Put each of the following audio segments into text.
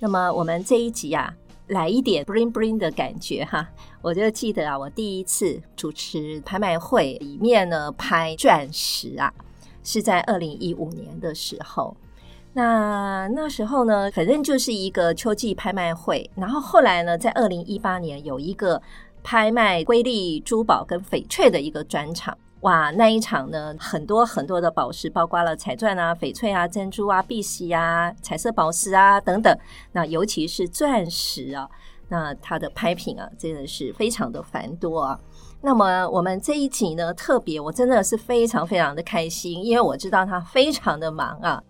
那么我们这一集啊，来一点 bling bling 的感觉哈。我就记得啊，我第一次主持拍卖会里面呢拍钻石啊，是在二零一五年的时候。那那时候呢，反正就是一个秋季拍卖会。然后后来呢，在二零一八年有一个拍卖瑰丽珠宝跟翡翠的一个专场。哇，那一场呢，很多很多的宝石，包括了彩钻啊、翡翠啊、珍珠啊、碧玺啊、彩色宝石啊等等。那尤其是钻石啊，那它的拍品啊，真的是非常的繁多啊。那么我们这一集呢，特别我真的是非常非常的开心，因为我知道他非常的忙啊。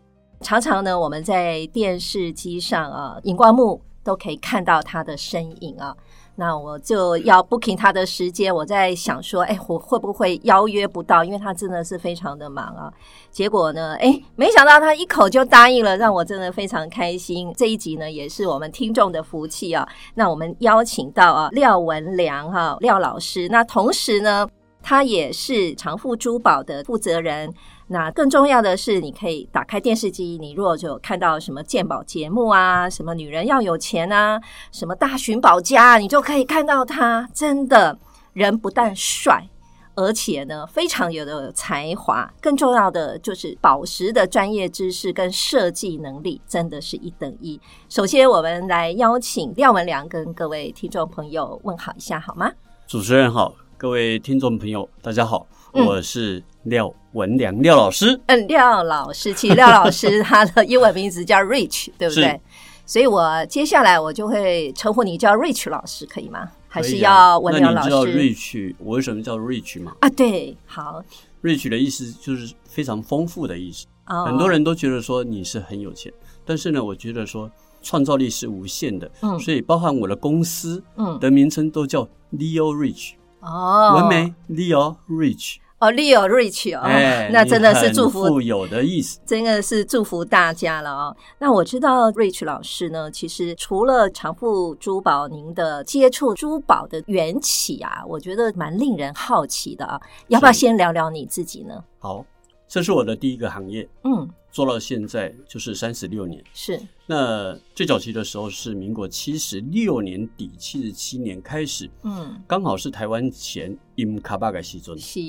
常常呢，我们在电视机上啊，荧光幕都可以看到他的身影啊。那我就要 booking 他的时间，我在想说，哎，我会不会邀约不到？因为他真的是非常的忙啊。结果呢，哎，没想到他一口就答应了，让我真的非常开心。这一集呢，也是我们听众的福气啊。那我们邀请到啊廖文良哈、啊、廖老师，那同时呢，他也是长富珠宝的负责人。那更重要的是，你可以打开电视机，你如果有看到什么鉴宝节目啊，什么女人要有钱啊，什么大寻宝家，你就可以看到他真的人不但帅，而且呢非常有的才华，更重要的就是宝石的专业知识跟设计能力真的是一等一。首先，我们来邀请廖文良跟各位听众朋友问好一下好吗？主持人好，各位听众朋友大家好，我是廖。文良廖老师，嗯，廖老师，其实廖老师他的英文名字叫 Rich，对不对？所以我接下来我就会称呼你叫 Rich 老师，可以吗？还是哎要文良老师、啊、？Rich，我为什么叫 Rich 嘛？啊，对，好，Rich 的意思就是非常丰富的意思。啊哦、很多人都觉得说你是很有钱，但是呢，我觉得说创造力是无限的，嗯，所以包含我的公司，嗯，的名称都叫 Leo Rich，哦，文梅 Leo Rich。哎哦，Leo Rich 哦，欸、那真的是祝福富有的意思，真的是祝福大家了哦。那我知道 Rich 老师呢，其实除了长富珠宝，您的接触珠宝的缘起啊，我觉得蛮令人好奇的啊。要不要先聊聊你自己呢？好，这是我的第一个行业，嗯，做到现在就是三十六年。是，那最早期的时候是民国七十六年底七十七年开始，嗯，刚好是台湾前 im 卡巴改西尊。是。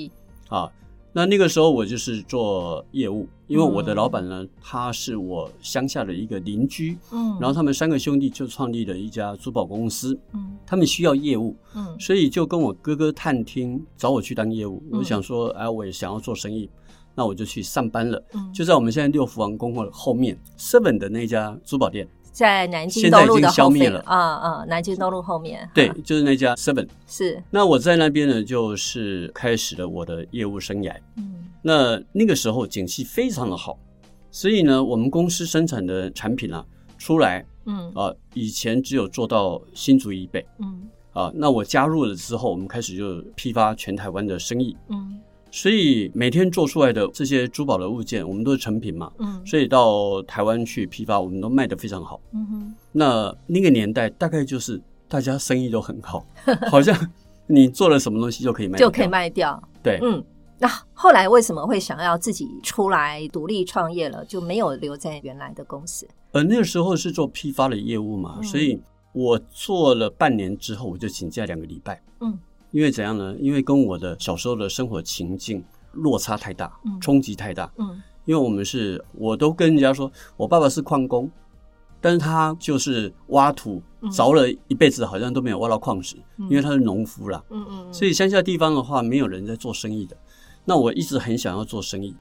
啊，那那个时候我就是做业务，因为我的老板呢，嗯、他是我乡下的一个邻居，嗯，然后他们三个兄弟就创立了一家珠宝公司，嗯，他们需要业务，嗯，所以就跟我哥哥探听，找我去当业务。嗯、我想说，哎、啊，我也想要做生意，那我就去上班了，嗯，就在我们现在六福王宫后后面 Seven 的那家珠宝店。在南京东路的后面啊啊，南京东路后面。对，就是那家 Seven。是。那我在那边呢，就是开始了我的业务生涯。嗯。那那个时候景气非常的好，所以呢，我们公司生产的产品啊出来，嗯啊，以前只有做到新竹以北，嗯啊，那我加入了之后，我们开始就批发全台湾的生意，嗯。所以每天做出来的这些珠宝的物件，我们都是成品嘛，嗯，所以到台湾去批发，我们都卖得非常好。嗯哼，那那个年代大概就是大家生意都很好，好像你做了什么东西就可以卖，就可以卖掉。对，嗯，那后来为什么会想要自己出来独立创业了，就没有留在原来的公司？呃，那个时候是做批发的业务嘛，嗯所以我做了半年之后，我就请假两个礼拜。嗯，因为怎样呢？因为跟我的小时候的生活情境落差太大嗯，冲击太大。嗯因为我们是，我都跟人家说，我爸爸是矿工，但是他就是挖土嗯，凿了一辈子，好像都没有挖到矿石，嗯因为他是农夫啦。嗯嗯，所以乡下地方的话，没有人在做生意的。那我一直很想要做生意，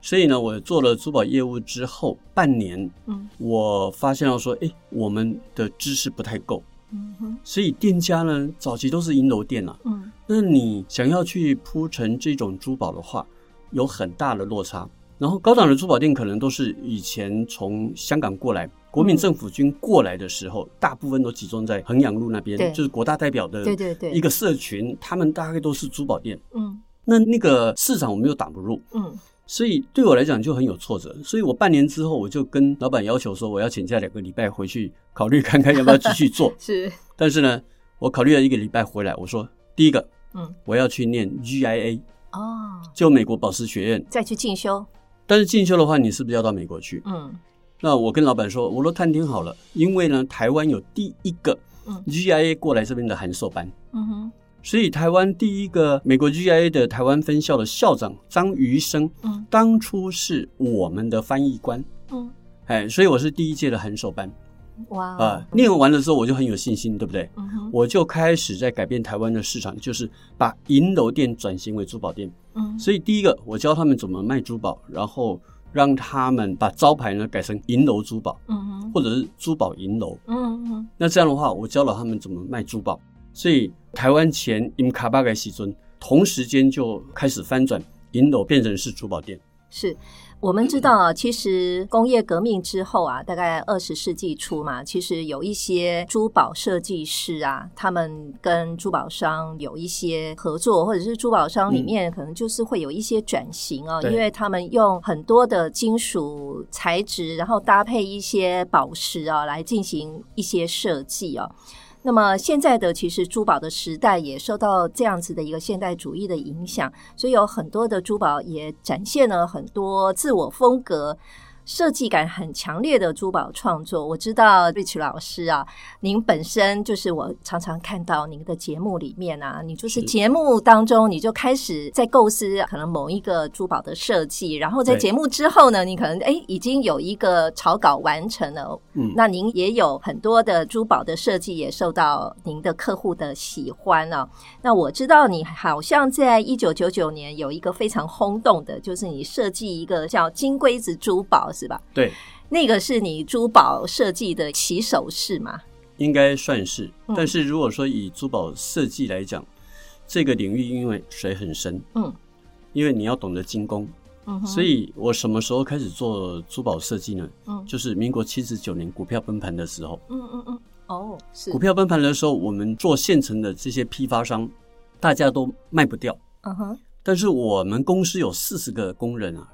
所以呢，我做了珠宝业务之后半年，嗯我发现到说，哎，我们的知识不太够，嗯哼所以店家呢，早期都是银楼店啦、啊嗯那你想要去铺成这种珠宝的话，有很大的落差。然后高档的珠宝店可能都是以前从香港过来，国嗯民政府军过来的时候，大部分都集中在衡阳路那边对，就是国大代表的对对对呃一个社群，他们大概都是珠宝店。嗯那那个市场我们又打不入，嗯。所以对我来讲就很有挫折。所以我半年之后，我就跟老板要求说，我要请假两个礼拜回去考虑看看要不要继续做 是但是呢，我考虑了一个礼拜回来，我说第一个，嗯我要去念 GIA，哦，就美国宝石学院。再去进修，但是进修的话，你是不是要到美国去？嗯那我跟老板说，我都探听好了，因为呢，台湾有第一个嗯 GIA 过来这边的函授班，嗯哼所以台湾第一个美国 GIA 的台湾分校的校长张余生，嗯当初是我们的翻译官，嗯，哎，所以我是第一届的函授班哇啊、哦，念完了之后，我就很有信心，对不对？嗯哼我就开始在改变台湾的市场，就是把银楼店转型为珠宝店。嗯所以第一个，我教他们怎么卖珠宝，然后让他们把招牌呢改成银楼珠宝，嗯哼或者是珠宝银楼。嗯嗯那这样的话，我教了他们怎么卖珠宝，所以台湾前 i m k a b a 西尊同时间就开始翻转，银楼变成是珠宝店。是。我们知道啊，其实工业革命之后啊，大概二十世纪初嘛，其实有一些珠宝设计师啊，他们跟珠宝商有一些合作，或者是珠宝商里面可能就是会有一些转型啊，对因为他们用很多的金属材质，然后搭配一些宝石啊来进行一些设计啊。那么现在的其实珠宝的时代也受到这样子的一个现代主义的影响，所以有很多的珠宝也展现了很多自我风格。设计感很强烈的珠宝创作，我知道 Rich 老师啊，您本身就是我常常看到您的节目里面啊，你就是是节目当中你就开始在构思可能某一个珠宝的设计，然后在对节目之后呢，你可能诶已经有一个草稿完成了，嗯那您也有很多的珠宝的设计也受到您的客户的喜欢哦。那我知道你好像在一九九九年有一个非常轰动的，就是你设计一个叫金龟子珠宝是吧？对，那个是你珠宝设计的起手式嘛？应该算是嗯。但是如果说以珠宝设计来讲，这个领域因为水很深，嗯，因为你要懂得精工，嗯哼，所以我什么时候开始做珠宝设计呢？嗯就是民国七十九年股票崩盘的时候。嗯嗯嗯，哦，是股，票崩盘的时候，我们做现成的这些批发商，大家都卖不掉。嗯哼，但是我们公司有四十个工人啊，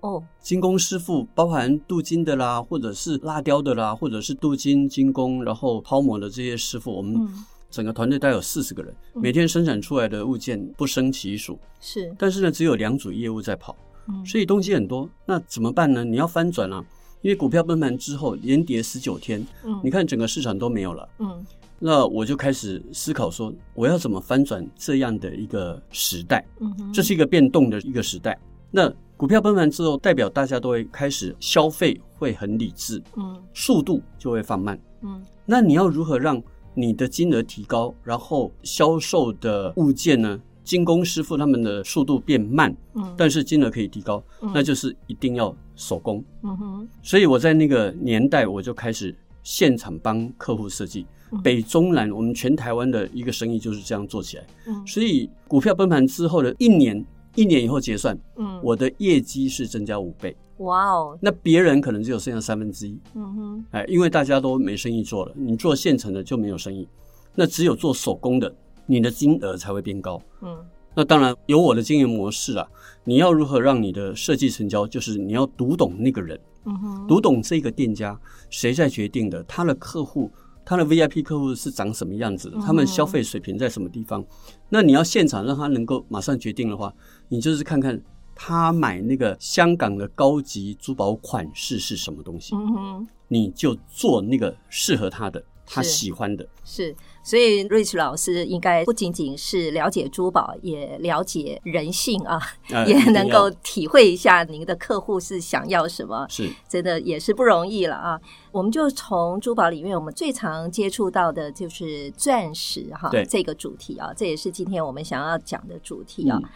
哦，精工师傅，包含镀金的啦，或者是蜡雕的啦，或者是镀金精工，然后抛模的这些师傅，我们嗯，整个团队大概有四十个人，嗯每天生产出来的物件不胜其数。是，但是呢，只有两组业务在跑，嗯，所以东西很多，那怎么办呢？你要翻转啊，因为股票崩盘之后连跌十九天，嗯，你看整个市场都没有了。嗯，那我就开始思考说，我要怎么翻转这样的一个时代？嗯哼，这是一个变动的一个时代。那股票崩盘之后，代表大家都会开始消费会很理智，嗯，速度就会放慢。嗯那你要如何让你的金额提高，然后销售的物件呢？精工师傅他们的速度变慢，嗯，但是金额可以提高，嗯那就是一定要手工。嗯哼，所以我在那个年代，我就开始现场帮客户设计嗯。北中南，我们全台湾的一个生意就是这样做起来。嗯，所以股票崩盘之后的一年，一年以后结算，嗯，我的业绩是增加五倍，哇哦，那别人可能只有剩下三分之一。嗯哼，哎，因为大家都没生意做了，你做现成的就没有生意，那只有做手工的，你的金额才会变高。嗯那当然有我的经营模式啊，你要如何让你的设计成交，就是你要读懂那个人。嗯哼，读懂这个店家谁在决定的，他的客户，他的 VIP 客户是长什么样子的嗯，他们消费水平在什么地方。那你要现场让他能够马上决定的话，你就是看看他买那个香港的高级珠宝款式是什么东西，嗯哼。你就做那个适合他的，他是喜 欢的。是，所以 Rich 老师应该不仅仅是了解珠宝，也了解人性啊，呃也一定能要够体会一下您的客户是想要什么，是真的也是不容易了啊。我们就从珠宝里面，我们最常接触到的就是钻石哈对，这个主题啊，这也是今天我们想要讲的主题啊。嗯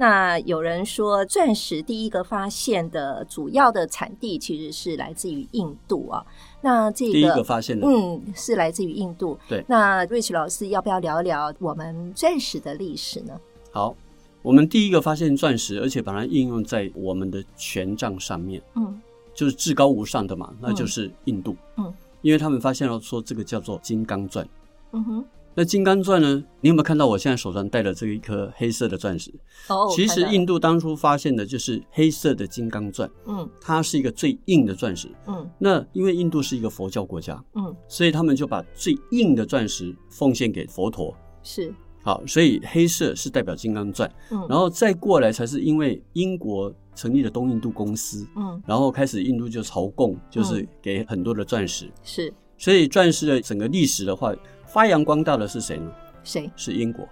那有人说，钻石第一个发现的主要的产地其实是来自于印度啊。那这第一个发现的。嗯，是来自于印度。对那 Rich 老师要不要聊一聊我们钻石的历史呢？好，我们第一个发现钻石，而且把它应用在我们的权杖上面，嗯就是至高无上的嘛，那就是印度。嗯因为他们发现了说这个叫做金刚钻。嗯哼，那金刚钻呢？你有没有看到我现在手上戴的这一颗黑色的钻石？哦，其实看到了印度当初发现的就是黑色的金刚钻，嗯它是一个最硬的钻石。嗯那因为印度是一个佛教国家，嗯所以他们就把最硬的钻石奉献给佛陀。是，好，所以黑色是代表金刚钻，嗯然后再过来才是因为英国成立了东印度公司，嗯然后开始印度就朝贡，就是给很多的钻石。是所以钻石的整个历史的话，发扬光大的是谁呢？谁是英国，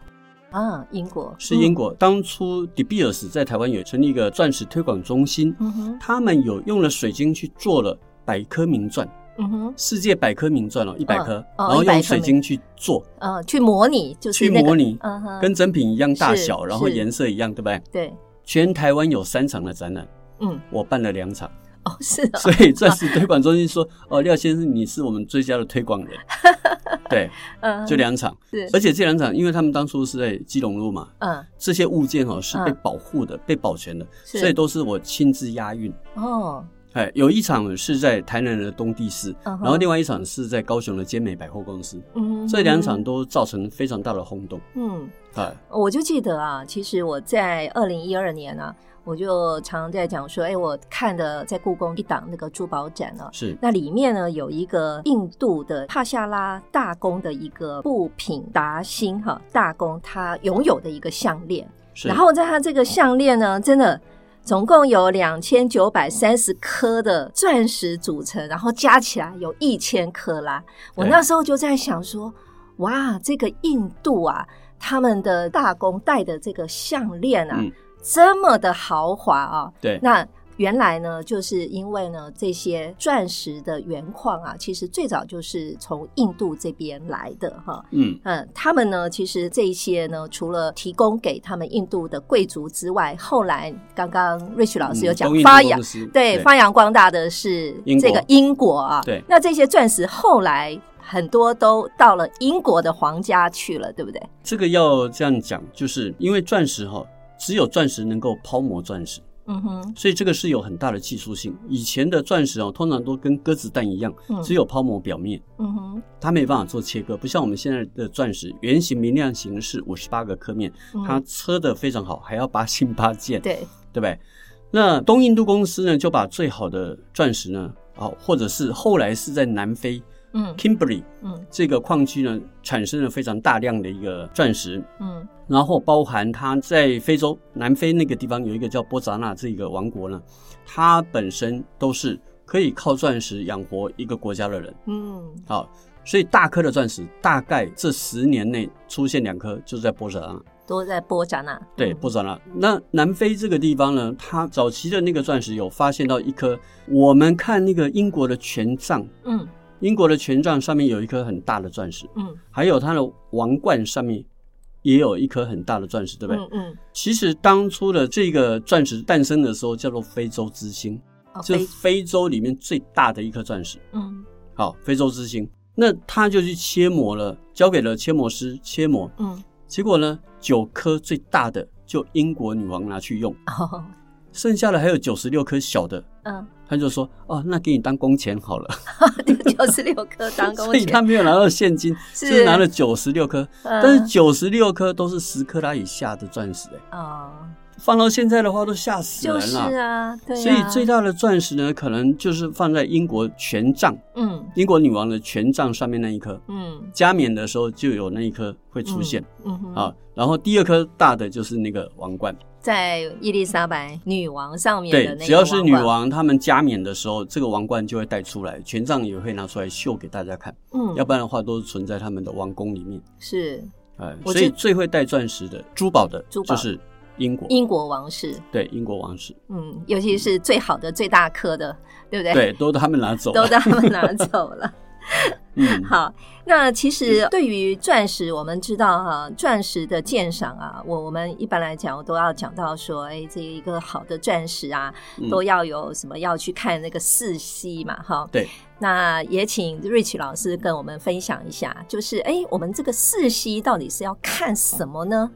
啊？英国是英国，国。当初 De Beers 在台湾有成立一个钻石推广中心，嗯哼他们有用了水晶去做了百颗明钻，嗯哼世界百颗明钻哦，一百颗，哦然后100颗用水晶去做，呃，去模拟就是去那个模拟嗯哼跟真品一样大小，是然后是颜色一样，对不对？对全台湾有三场的展览，嗯我办了两场，哦 是啊所以钻石推广中心说，哦，廖先生，你是我们最佳的推广 人，对，嗯就两场，是而且这两场，因为他们当初是在基隆路嘛，嗯这些物件哦是被嗯保护的、被保全的，是所以都是我亲自押运。哦哎，有一场是在台南的东地市，嗯哼然后另外一场是在高雄的坚美百货公司，嗯这两场都造成非常大的轰动。嗯。哎，我就记得啊，其实我在二零一二年啊，我就常在讲说，哎，我看的在故宫一档那个珠宝展啊，是那里面呢有一个印度的帕夏拉大公的一个布品达辛哈大公他拥有的一个项链，是，然后在他这个项链呢，真的。总共有两千九百三十颗的钻石组成，然后加起来有一千克拉。我对那时候就在想说，哇，这个印度啊，他们的大公戴的这个项链啊，嗯这么的豪华啊，对，那原来呢，就是因为呢，这些钻石的原矿啊，其实最早就是从印度这边来的哈。嗯，嗯，他们呢，其实这些呢，除了提供给他们印度的贵族之外，后来刚刚瑞奇老师有讲嗯东印度发扬公，司对，发扬光大的是英国这个英国啊。对那这些钻石后来很多都到了英国的皇家去了，对不对？这个要这样讲，就是因为钻石哈、只有钻石能够抛磨钻石，嗯哼，所以这个是有很大的技术性。以前的钻石哦，通常都跟鸽子蛋一样嗯，只有抛磨表面，嗯哼，它没办法做切割，不像我们现在的钻石，圆形明亮形是五十八个刻面，嗯它车的非常好，还要八星八件，对，对不对？那东印度公司呢，就把最好的钻石呢，啊，或者是后来是在南非嗯 Kimberley 嗯这个矿区呢，产生了非常大量的一个钻石，嗯然后包含它在非洲南非那个地方有一个叫波扎纳这个王国呢，它本身都是可以靠钻石养活一个国家的人。嗯，好，所以大颗的钻石大概这十年内出现两颗，就是在波扎纳。都在波展啊。对，嗯波扎纳。那南非这个地方呢，它早期的那个钻石有发现到一颗，我们看那个英国的权杖，嗯英国的权杖上面有一颗很大的钻石，嗯，还有它的王冠上面也有一颗很大的钻石，对不对？嗯嗯，其实当初的这个钻石诞生的时候叫做非洲之星，哦，就是非非洲里面最大的一颗钻石。嗯好，非洲之星，那他就去切磨了，交给了切磨师切磨。嗯，结果呢，九颗最大的就英国女王拿去用，哦，剩下的还有九十六颗小的。嗯， 他就说：“哦，那给你当工钱好了。九十六颗当工 所以他钱，没有拿到现金， 是就是拿了九十六颗，嗯但是九十六颗都是十克拉以下的钻石、哎，哦，放到现在的话都吓死人就了。是啊，对啊，所以最大的钻石呢，可能就是放在英国权杖，嗯英国女王的权杖上面那一颗。嗯加冕的时候就有那一颗会出现、，嗯哼，啊，然后第二颗大的就是那个王冠，在伊丽莎白女王上面的对那，个只要是女王冠，王，她们加冕的时候，这个王冠就会带出来，权杖也会拿出来秀给大家看，嗯，要不然的话都是存在他们的王宫里面。是哎，我所以记最会戴钻石的珠宝的，珠宝就是英国，英国王室，对英国王室，嗯，尤其是最好的、最大颗的，对不对？对，都他们拿走都了。让他们拿走了。 嗯，好，那其实对于钻石，我们知道哈、钻石的鉴赏啊，我我们一般来讲都要讲到说，哎，这一个好的钻石啊，嗯都要有什么要去看那个四 C 嘛，哈。对。那也请 Rich 老师跟我们分享一下，就是哎，我们这个四 C 到底是要看什么呢？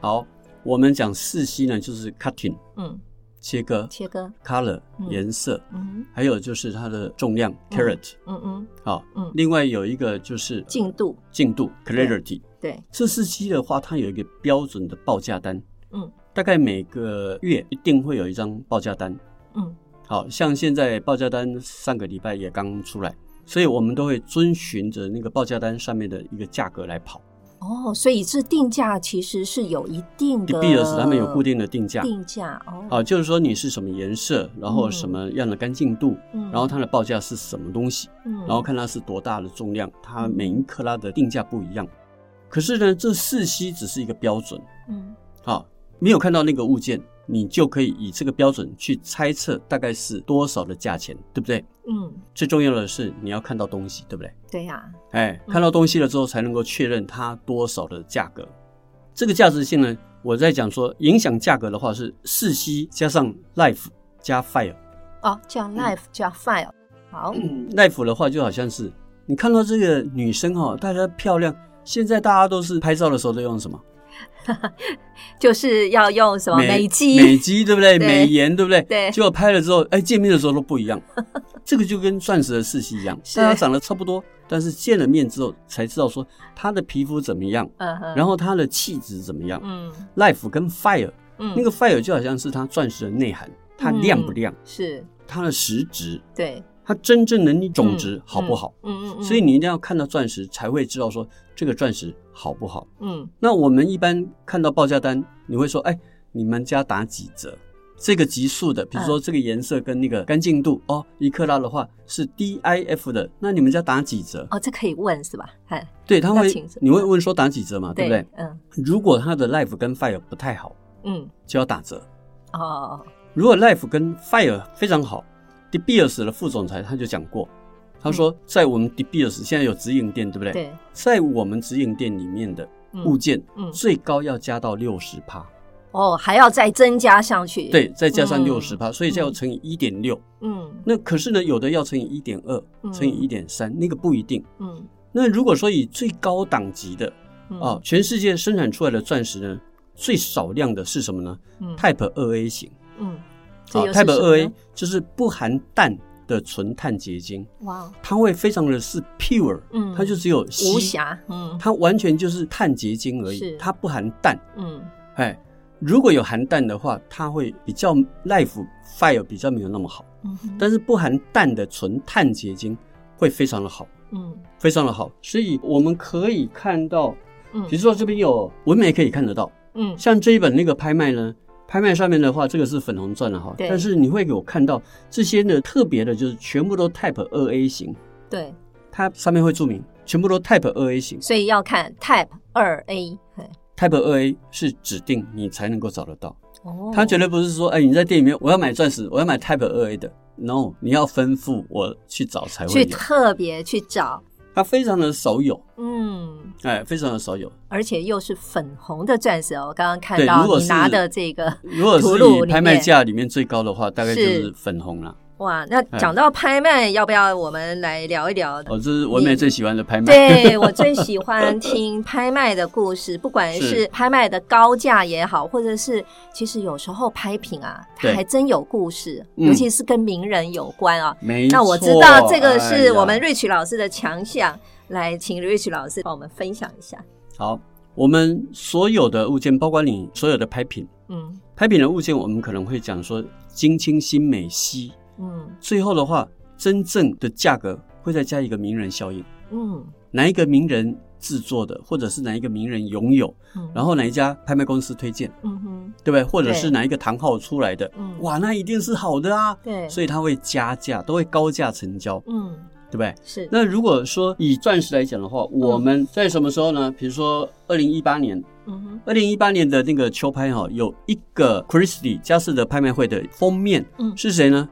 好，我们讲四 C 呢，就是 cutting 嗯切割切割， ，color 嗯颜色，嗯还有就是它的重量 carat 嗯嗯，好嗯，另外有一个就是进度进度 clarity。对，这四 C 的话，它有一个标准的报价单，嗯，大概每个月一定会有一张报价单。嗯好像现在报价单上个礼拜也刚出来，所以我们都会遵循着那个报价单上面的一个价格来跑。哦，所以这定价其实是有一定的 Beers 他们有固定的定价，定价哦，啊，就是说你是什么颜色，然后什么样的干净度，嗯然后它的报价是什么东西，嗯然后看它是多大的重量，它每一克拉的定价不一样。可是呢，这四 C 只是一个标准，嗯啊，没有看到那个物件，你就可以以这个标准去猜测大概是多少的价钱，对不对？嗯，最重要的是你要看到东西，对不对？对呀，哎，嗯看到东西了之后才能够确认它多少的价格。这个价值性呢，我在讲说影响价格的话是四 C 加上 life 加 fire。哦，叫嗯 life 叫 file，好， life 的话就好像是你看到这个女生哈、哦，大家漂亮。现在大家都是拍照的时候都用什么？就是要用什么美美肌，肌对不对？对美颜对不对？对结果拍了之后，哎，见面的时候都不 一样。这个就跟钻石的四 C 一样，是大家长得差不多，但是见了面之后才知道说她的皮肤怎么样，嗯哼，然后她的气质怎么样。嗯 Life 跟 Fire 嗯，那个 Fire 就好像是它钻石的内涵，它亮不亮，是它的实质，对，它真正能力种植好不好。嗯嗯嗯，所以你一定要看到钻石，才会知道说这个钻石好不好。嗯那我们一般看到报价单，你会说，哎，你们家打几折？这个级数的，比嗯如说这个颜色跟那个干净度、哦，一克拉的话是 DIF 的，那你们家打几折？哦，这可以问是吧？哎，对，他那会请你会问说打几折嘛，对对不对？？嗯如果它的 Life 跟 Fire 不太好，嗯，就要打折。哦，如果 Life 跟 Fire 非常好，De Beers 的副总裁他就讲过，他说在我们 De Beers 现在有直营店，对不对？嗯对，在我们直营店里面的嗯物件，嗯最高要加到六十趴，哦，还要再增加上去，，对，再加上嗯六十趴，所以就要乘以一点六。嗯那可是呢，有的要乘以一点二，嗯乘以一点三，那个不一定。嗯那如果说以最高档级的嗯啊，全世界生产出来的钻石呢，最少量的是什么呢嗯？Type 二 A 型。嗯，这好又是哦，Type 什二么 A 呢就是不含氮的纯碳结晶，哇，它会非常的是 pure，嗯它就只有硒无，瑕，嗯它完全就是碳结晶而已是，它不含氮。嗯哎，如果有含氮的话，它会比较 life fire 比较没有那么好，嗯哼但是不含氮的纯碳结晶会非常的好，嗯非常的好。所以我们可以看到，嗯比如说这边有纹眉可以看得到，嗯像这一本那个拍卖呢，拍卖上面的话，这个是粉红钻了哈，对但是你会给我看到这些呢，特别的就是全部都 Type 二 A 型，对，它上面会注明全部都 Type 二 A 型所以要看 Type 二 A，嘿，Type 二 A 是指定你才能够找得到，哦，它绝对不是说，哎，你在店里面我要买钻石，我要买 Type 二 A 的，No，你要吩咐我去找才会去有，特别去找，它非常的少有，嗯。哎，非常的少有。而且又是粉红的钻石哦，我刚刚看对到如果你拿是的这个，如果图是录以里拍卖面价里面最高的话，大概就是是粉红啦。哇，那讲到拍卖，要不要我们来聊一聊？哎哦，这是文美最喜欢的拍卖。 对我最喜欢听拍卖的故事，不管是是拍卖的高价也好，或者是其实有时候拍品啊，它对还真有故事，嗯尤其是跟名人有关啊。没那我错知道这个哎是呀我们 Rich 老师的强项，来请 Rich 老师帮我们分享一下。好，我们所有的物件，包括你所有的拍品，嗯拍品的物件，我们可能会讲说金清新美西，嗯最后的话，真正的价格会再加一个名人效应，嗯哪一个名人制作的，或者是哪一个名人拥有，嗯，然后哪一家拍卖公司推荐，嗯哼，对不对？或者对是哪一个堂号出来的，嗯哇，那一定是好的啊，对，所以它会加价，都会高价成交，嗯对不对？是那如果说以钻石来讲的话，我们在什么时候呢？比如说二零一八年，嗯哼二零一八年的那个秋拍哈、有一个 Christie 佳士得拍卖会的封面，嗯是谁呢？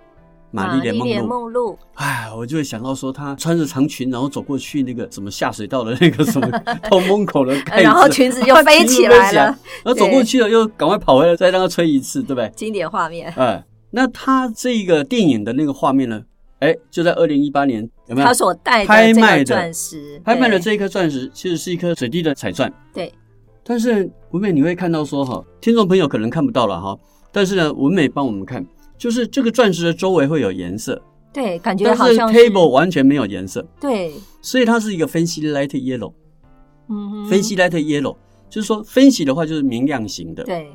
玛丽莲玛丽莲梦露。梦露， 哎，我就会想到说，她穿着长裙，然后走过去那个什么下水道的那个什么通风口的盖子， 然后裙子就飞起 来了，然后走过去了又赶快跑回来再让她吹一次，对不对？经典画面。哎，那她这个电影的那个画面呢？哎，就在二零一八年，有没有他？所戴拍的这卖个的钻石，拍卖对的这一颗钻石其实是一颗水滴的彩钻，对，但是文美你会看到说哈，听众朋友可能看不到了哈，但是呢，文美帮我们看，就是这个钻石的周围会有颜色，对，感觉但好是像 table 啊完全没有颜色，对，所以它是一个分析 light yellow，嗯哼，分析 light yellow，就是说分析的话就是明亮型的对，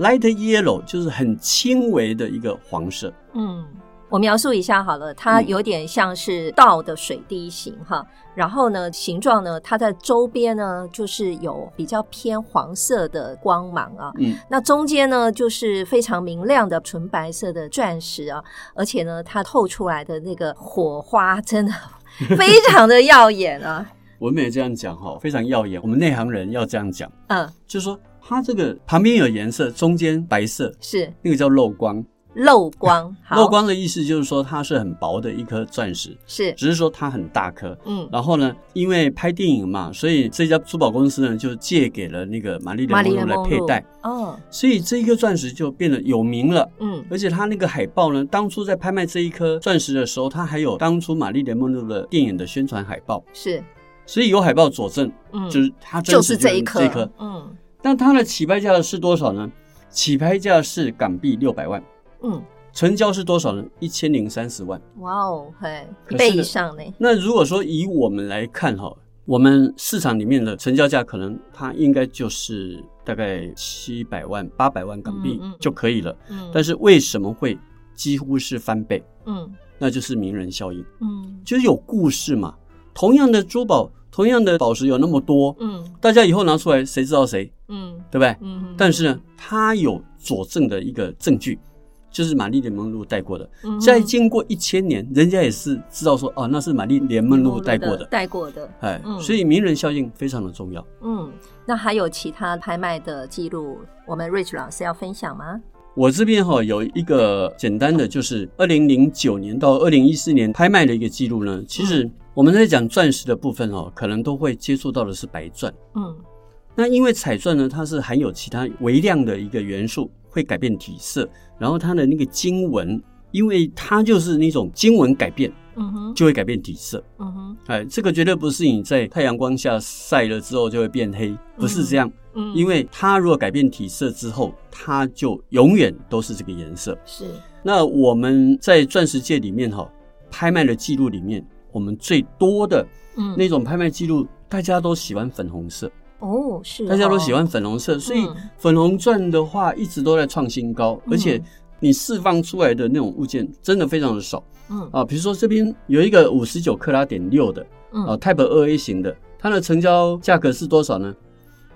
，light yellow 就是很轻微的一个黄色，嗯，我描述一下好了，它嗯有点像是倒的水滴形哈，然后呢，形状呢，它在周边呢就是有比较偏黄色的光芒啊，嗯，那中间呢就是非常明亮的纯白色的钻石啊，而且呢，它透出来的那个火花真的非常的耀眼 啊，文美这样讲哈，非常耀眼，我们内行人要这样讲，嗯，就是说它这个旁边有颜色，中间白色，是那个叫漏光，漏光，好漏光的意思就是说它是很薄的一颗钻石，是，只是说它很大颗。嗯，然后呢，因为拍电影嘛，所以这家珠宝公司呢就借给了那个玛丽玛莲丽莲梦露来梦佩露戴，，嗯所以这一颗钻石就变得有名了。嗯，而且它那个海报呢，当初在拍卖这一颗钻石的时候，它还有当初玛丽莲梦露的电影的宣传海报，是，所以有海报佐证，嗯，就是它真就实是这一颗。这一颗，嗯但它的起拍价是多少呢？起拍价是港币六百万，嗯，成交是多少呢？一千零三十万。哇哦，嘿，可一是倍呢以上呢，那如果说以我们来看哈，我们市场里面的成交价可能它应该就是大概七百万、八百万港币嗯嗯嗯就可以了。嗯，但是是为什么会几乎是翻倍？嗯那就是名人效应，嗯就是有故事嘛。同样的珠宝，同样的宝石有那么多，嗯大家以后拿出来，谁知道谁，嗯对不对？嗯，但是呢，它有佐证的一个证据，就是玛丽莲梦露戴过的。嗯哼在经过一千年，人家也是知道说，哦，那是玛丽莲梦露戴过的。带过的，哎嗯，所以名人效应非常的重要。嗯，那还有其他拍卖的记录，我们 Rich 老师要分享吗？我这边哈、有一个简单的，就是二零零九年到二零一四年拍卖的一个记录呢。其实我们在讲钻石的部分哦，可能都会接触到的是白钻。嗯那因为彩钻呢，它是含有其他微量的一个元素，会改变体色，然后它的那个经文，因为它就是那种经文改变，嗯哼就会改变体色。嗯哼哎，这个绝对不是你在太阳光下晒了之后就会变黑，不是这样。嗯，因为它如果改变体色之后，它就永远都是这个颜色。是那我们在钻石界里面哈、拍卖的记录里面，我们最多的嗯那种拍卖记录，大家都喜欢粉红色，哦是大家都哦喜欢粉红色，所以嗯粉红钻的话一直都在创新高，嗯而且你释放出来的那种物件真的非常的少嗯啊。比如说这边有一个五十九克拉点六的啊嗯 Type 二 A 型的，它的成交价格是多少呢？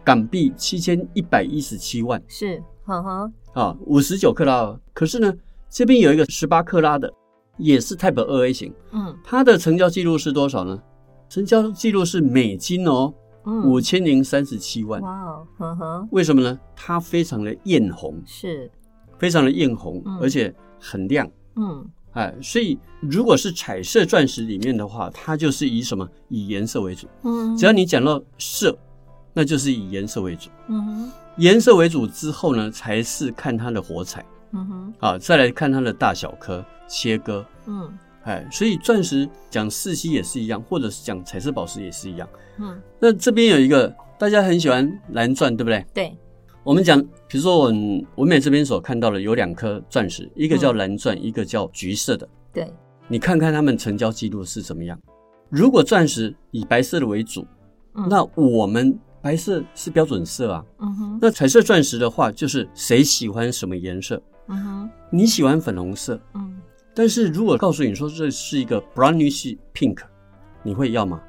港币七千一百一十七万。是呵呵啊，五十九克拉哦。可是呢，这边有一个十八克拉的，也是 Type 二 A 型，嗯它的成交记录是多少呢？成交记录是美金哦，嗯五千零三十七万。哇哦呵呵为什么呢？它非常的艳红，是非常的艳红嗯，而且很亮。嗯哎，所以如果是彩色钻石里面的话，它就是以什么以颜色为主。嗯只要你讲到色，那就是以颜色为主。嗯哼颜色为主之后呢，才是看它的火彩。嗯哼啊，再来看它的大小颗切割，嗯哎，所以钻石讲四息也是一样，或者是讲彩色宝石也是一样。嗯那这边有一个大家很喜欢蓝钻，对不对？对我们讲，比如说我们文美这边所看到的有两颗钻石，一个叫嗯蓝钻，一个叫橘色的。对你看看它们成交记录是怎么样？如果钻石以白色的为主，嗯那我们白色是标准色啊。嗯哼那彩色钻石的话，就是谁喜欢什么颜色？嗯哼你喜欢粉红色，嗯但是如果告诉你说这是一个 brownish pink，你会要吗？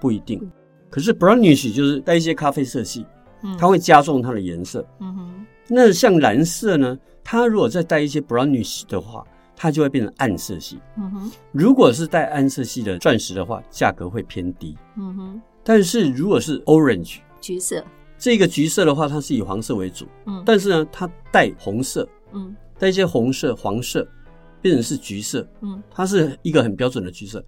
不一定。可是 brownish 就是带一些咖啡色系，嗯它会加重它的颜色。嗯哼那像蓝色呢，它如果再带一些 brownish 的话，它就会变成暗色系。嗯哼如果是带暗色系的钻石的话，价格会偏低。嗯哼但是如果是 orange 橘色这个橘色的话，它是以黄色为主，嗯但是呢，它带红色，嗯带一些红色、黄色，变成是橘色。嗯它是一个很标准的橘色，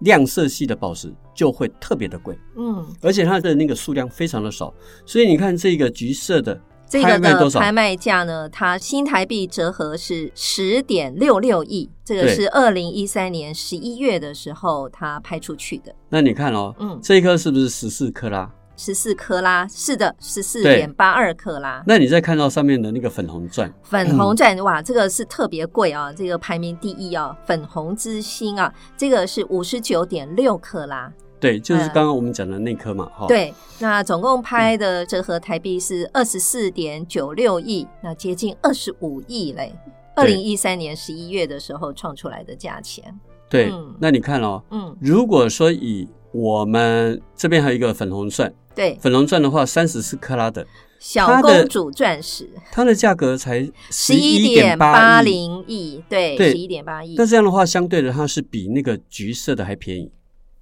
亮色系的宝石就会特别的贵，嗯而且它的那个数量非常的少，所以你看这个橘色的这个拍卖的多少拍卖价呢，它新台币折合是十点六六亿，这个对是二零一三年十一月的时候它拍出去的。那你看哦，嗯这一颗是不是十四克拉？十四克拉，是的，十四点八二克拉。那你再看到上面的那个粉红钻，粉红钻、嗯、哇，这个是特别贵啊，这个排名第一啊，粉红之星啊，这个是五十九点六克拉。对，就是刚刚我们讲的那颗嘛，哈、呃。嗯对，那总共拍的折合台币嗯是二十四点九六亿、嗯，那接近二十五亿嘞。二零一三年十一月的时候创出来的价钱。对、嗯，那你看哦，嗯，如果说以我们这边还有一个粉红钻，对，粉红钻的话，三十四克拉的小公主钻石，它的价格才十一点八零亿，对，十一点八亿。那这样的话，相对的它是比那个橘色的还便宜。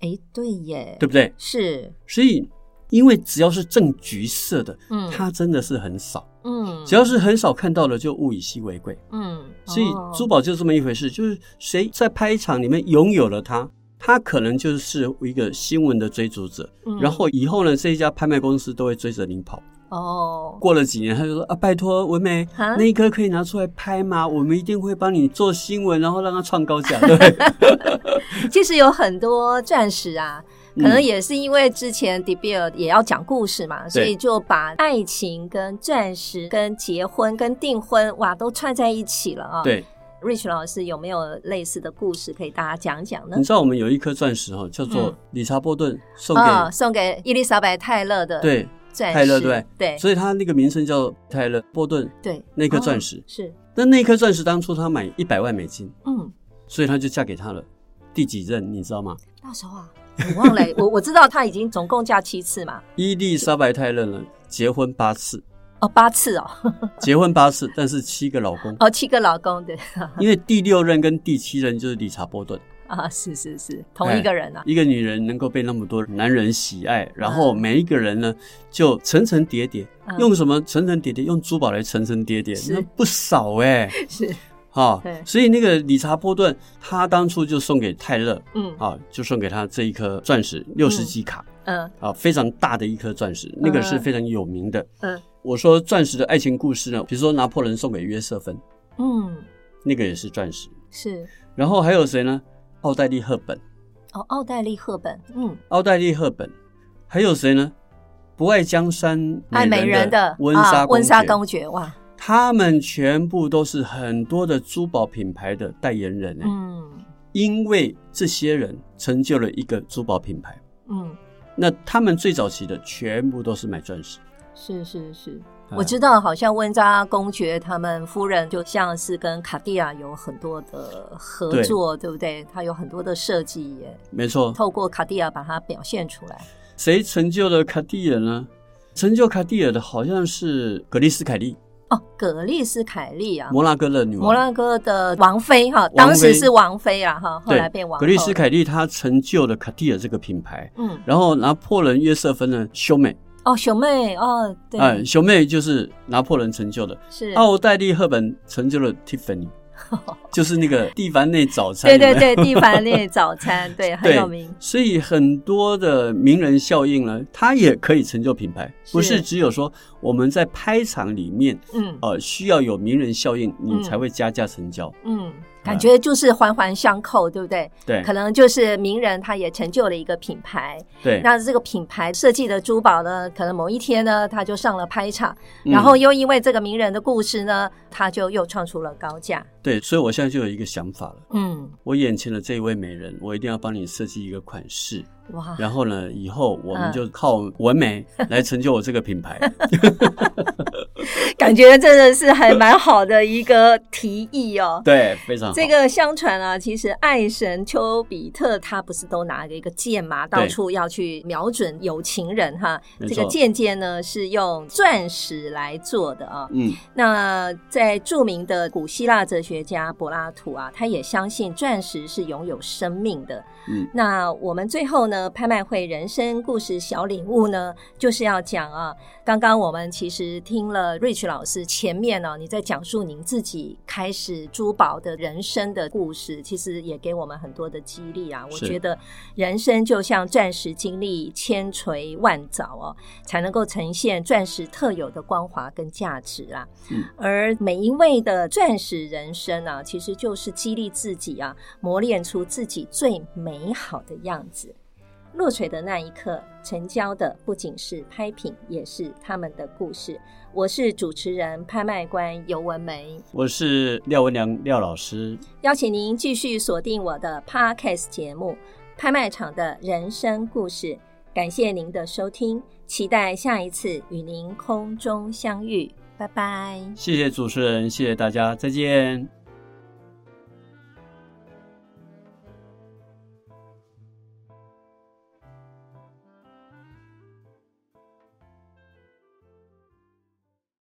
哎，对耶，对不对？是，所以因为只要是正橘色的，嗯，它真的是很少，嗯，只要是很少看到的，就物以稀为贵，嗯，所以哦珠宝就这么一回事，就是谁在拍场里面拥有了它。他可能就是一个新闻的追逐者，嗯、然后以后呢，这一家拍卖公司都会追着您跑。哦，过了几年，他就说啊，拜托文美，那一颗可以拿出来拍吗？我们一定会帮你做新闻，然后让它创高价。对，其实有很多钻石啊。嗯可能也是因为之前 De Beer 也要讲故事嘛、嗯，所以就把爱情、跟钻石、跟结婚、跟订婚，哇，都串在一起了啊、哦。对。 Rich 老师有没有类似的故事可以大家讲讲呢？你知道我们有一颗钻石哈，叫做理查波顿送给、嗯哦、送给伊丽莎白泰勒的对钻石泰勒对对，所以它那个名称叫泰勒波顿对那颗钻石、哦、是那那颗钻石当初他买一百万美金嗯，所以他就嫁给他了第几任你知道吗？那时 候啊，我忘了我我知道他已经总共嫁七次嘛，伊丽莎白泰勒呢结婚八次。哦，八次哦，结婚八次，但是七个老 公哦，七个老公对，因为第六任跟第七任就是理查波顿啊，是是是，同一个人啊、哎，一个女人能够被那么多男人喜爱，然后每一个人呢就层层叠叠，嗯、用什么层层叠叠？用珠宝来层层叠叠，那不少哎、欸，是啊，所以那个理查波顿他当初就送给泰勒，嗯啊，就送给他这一颗钻石六十几卡，嗯啊，非常大的一颗钻石、嗯，那个是非常有名的，嗯。我说钻石的爱情故事呢，比如说拿破仑送给约瑟芬，嗯，那个也是钻石，是。然后还有谁呢？奥黛丽·赫本，哦，奥黛丽·赫本，嗯，奥黛丽·赫本，还有谁呢？不爱江山爱美人的温莎、啊、温莎公爵哇，他们全部都是很多的珠宝品牌的代言人哎，嗯，因为这些人成就了一个珠宝品牌，嗯，那他们最早期的全部都是买钻石。啊是是是，嗯我知道，好像温莎公爵他们夫人就像是跟卡地亚有很多的合作，对不对？他有很多的设计耶，没错，透过卡地亚把它表现出来。谁成就了卡地亚呢？成就卡地亚的好像是格丽斯凯利哦，格丽斯凯利啊，摩纳哥的女王，摩纳哥的王妃哈，当时是王妃啊哈，后来变王。格丽斯凯利她成就了卡地亚这个品牌，嗯，然后拿破仑约瑟芬呢修美。哦，熊妹哦，对，哎、嗯，熊妹就是拿破仑成就的，是奥黛丽·赫本成就了 Tiffany，就是那个蒂凡内早餐，对对对，蒂凡内早 餐，对，很有名。所以很多的名人效应呢，它也可以成就品牌，不是只有说我们在拍场里面，嗯，呃，需要有名人效应，嗯你才会加价成交，嗯。嗯感觉就是环环相扣，对不对？对，可能就是名人他也成就了一个品牌，对。那这个品牌设计的珠宝呢，可能某一天呢，他就上了拍场，嗯、然后又因为这个名人的故事呢，他就又创出了高价。对，所以我现在就有一个想法了，嗯，我眼前的这一位美人，我一定要帮你设计一个款式。啊哇！然后呢？以后我嗯们就靠 纹眉来成就我这个品牌，感觉真的是还蛮好的一个提议哦。对，非常好。这个相传啊，其实爱神丘比特他不是都拿着一个箭嘛，到处要去瞄准有情人哈。这个箭箭呢是用钻石来做的啊。嗯。那在著名的古希腊哲学家柏拉图啊，他也相信钻石是拥有生命的。嗯。那我们最后呢？呢，拍卖会人生故事小领悟呢，就是要讲啊。刚刚我们其实听了 Rich 老师前面呢、啊，你在讲述您自己开始珠宝的人生的故事，其实也给我们很多的激励啊。我觉得人生就像钻石经历千锤万凿哦、啊，才能够呈现钻石特有的光华跟价值啊。嗯、而每一位的钻石人生啊，其实就是激励自己啊，磨练出自己最美好的样子。落锤的那一刻，成交的不仅是拍品，也是他们的故事。我是主持人、拍卖官尤文梅，我是廖文良廖老师，邀请您继续锁定我的 Podcast 节目《拍卖场的人生故事》。感谢您的收听，期待下一次与您空中相遇。拜拜，谢谢主持人，谢谢大家，再见。